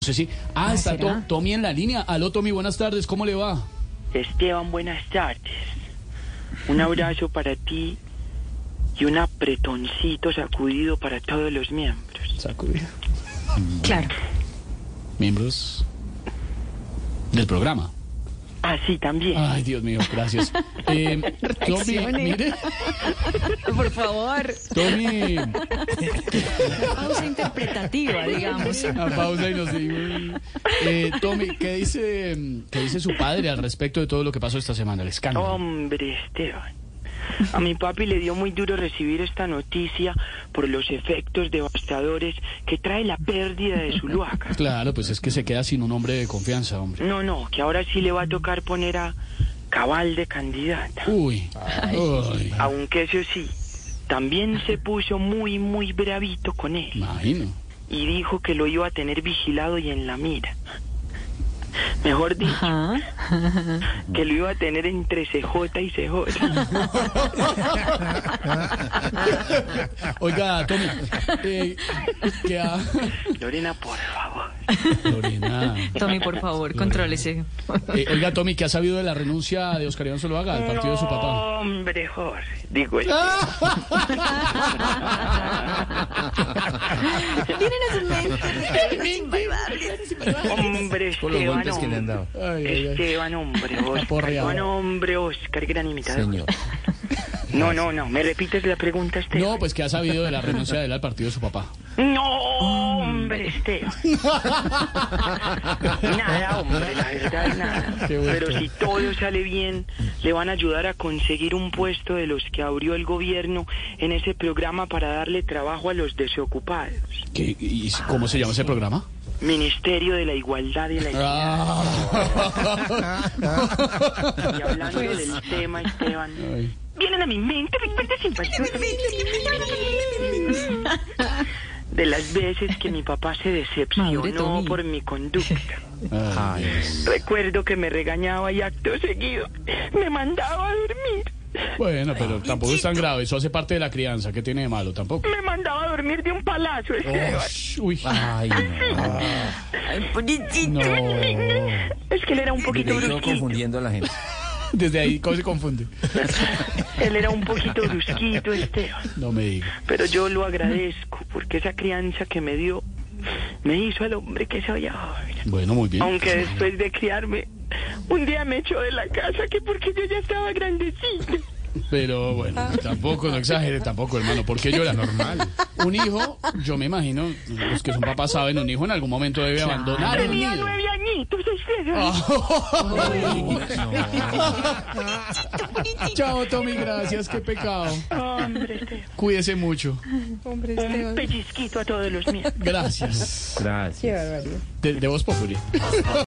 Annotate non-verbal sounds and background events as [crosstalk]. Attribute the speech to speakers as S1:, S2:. S1: Sí, sí. Ah,
S2: Ah,
S1: está
S2: ¿será?
S1: To- Tommy en la línea. Aló, Tommy, buenas tardes. ¿Cómo le va?
S3: Esteban, buenas tardes. Un abrazo para ti y un apretoncito sacudido para todos los miembros.
S1: Sacudido.
S2: Claro.
S1: Miembros del programa.
S3: Así Ah, también.
S1: Ay, Dios mío,
S2: [laughs]
S1: gracias. Eh, Tommy,
S2: Reaccione.
S1: mire,
S2: Por favor.
S1: Tommy,
S2: Pausa interpretativa, [laughs]
S1: [laughs]
S2: digamos.
S1: a pausa y nos dijo. eh, Tommy, ¿qué dice, mm, ¿qué dice su padre al respecto de todo lo que pasó esta semana? El escándalo.
S3: Hombre, Esteban. A mi papi le dio muy duro recibir esta noticia por los efectos devastadores que trae la pérdida de Zuluaga.
S1: Claro, pues es que se queda sin un hombre de confianza, hombre.
S3: No, no, que ahora sí le va a tocar poner a Cabal de candidata.
S1: Uy, uy,
S3: Aunque eso sí, también se puso muy, muy bravito con él.
S1: imagino.
S3: y dijo que lo iba a tener vigilado y en la mira. Mejor
S4: [laughs]
S3: dicho,
S2: Ajá.
S3: que lo iba a tener entre CJ y
S4: [laughs]
S3: CJ.
S1: Oiga, Tommy, eh, ¿qué ha... [laughs]
S3: Lorena, por favor.
S1: Lorena.
S2: Tommy, por favor, contrólese.
S1: Eh, oiga, Tommy, ¿qué ha sabido de la renuncia de Oscar Iván Zuluaga al partido de su papá?
S3: No, Hombre, Jorge. Digo,
S4: Ah.
S2: Tienen a sus mentes invaluables.
S3: hombre,
S4: [laughs] Por los
S3: Esteban,
S4: golpes que le han dado.
S3: hombre.
S1: Ay, ay, ay.
S3: Esteban,
S4: [laughs]
S3: hombre, Oscar.
S1: Aporreado.
S3: Esteban, hombre, Oscar, gran imitador.
S4: Señor.
S3: No, no, no, me repites la pregunta, Esteban.
S1: No, pues ¿qué ha sabido de la renuncia de él al partido de su papá?
S4: pues.
S3: No, hombre, Esteban. Nada, hombre, la verdad, nada.
S1: Qué bueno.
S3: Pero si todo sale bien, le van a ayudar a conseguir un puesto de los que abrió el gobierno en ese programa para darle trabajo a los desocupados.
S1: ¿Qué- ¿Y cómo se llama ese programa?
S3: Ministerio de la Igualdad y la Equidad. Y hablando del tema, Esteban,
S1: Ay.
S3: vienen a mi mente recuerdos infantiles de las veces que mi papá se
S2: Madre,
S3: decepcionó
S2: Tommy.
S3: por mi conducta.
S1: Ay.
S3: Recuerdo que me regañaba y acto seguido me mandaba a dormir.
S1: Bueno, pero tampoco es tan grave. Eso hace parte de la crianza. ¿Qué tiene de malo? Tampoco.
S3: Me mandaba a dormir de un palacio. Esteban.
S1: Ush, Uy.
S4: Ay, no.
S1: No.
S3: Es que él era un poquito
S4: Yo sigo
S3: brusquito.
S4: confundiendo a la gente.
S1: Desde ahí, ¿cómo se confunde?
S3: Él era un poquito brusquito, Esteban.
S1: No me diga.
S3: Pero yo lo agradezco porque esa crianza que me dio me hizo al hombre que soy ahora.
S1: Bueno, muy bien.
S3: Aunque después de criarme, un día me echó de la casa que porque yo ya estaba grandecito.
S1: Pero
S3: Ah.
S1: bueno, tampoco, no exagere tampoco, hermano, porque llora. Normal. Un hijo, yo me imagino, los que son papás saben, un hijo en algún momento debe abandonar el
S3: Tenía
S1: nido.
S3: nueve añitos, Esteban.
S1: Chao, Tommy, gracias, qué pecado.
S3: Hombre, Esteban.
S1: Cuídese mucho.
S3: Un pellizquito a todos los míos.
S1: Gracias.
S4: Gracias.
S1: De, de Voz Populi.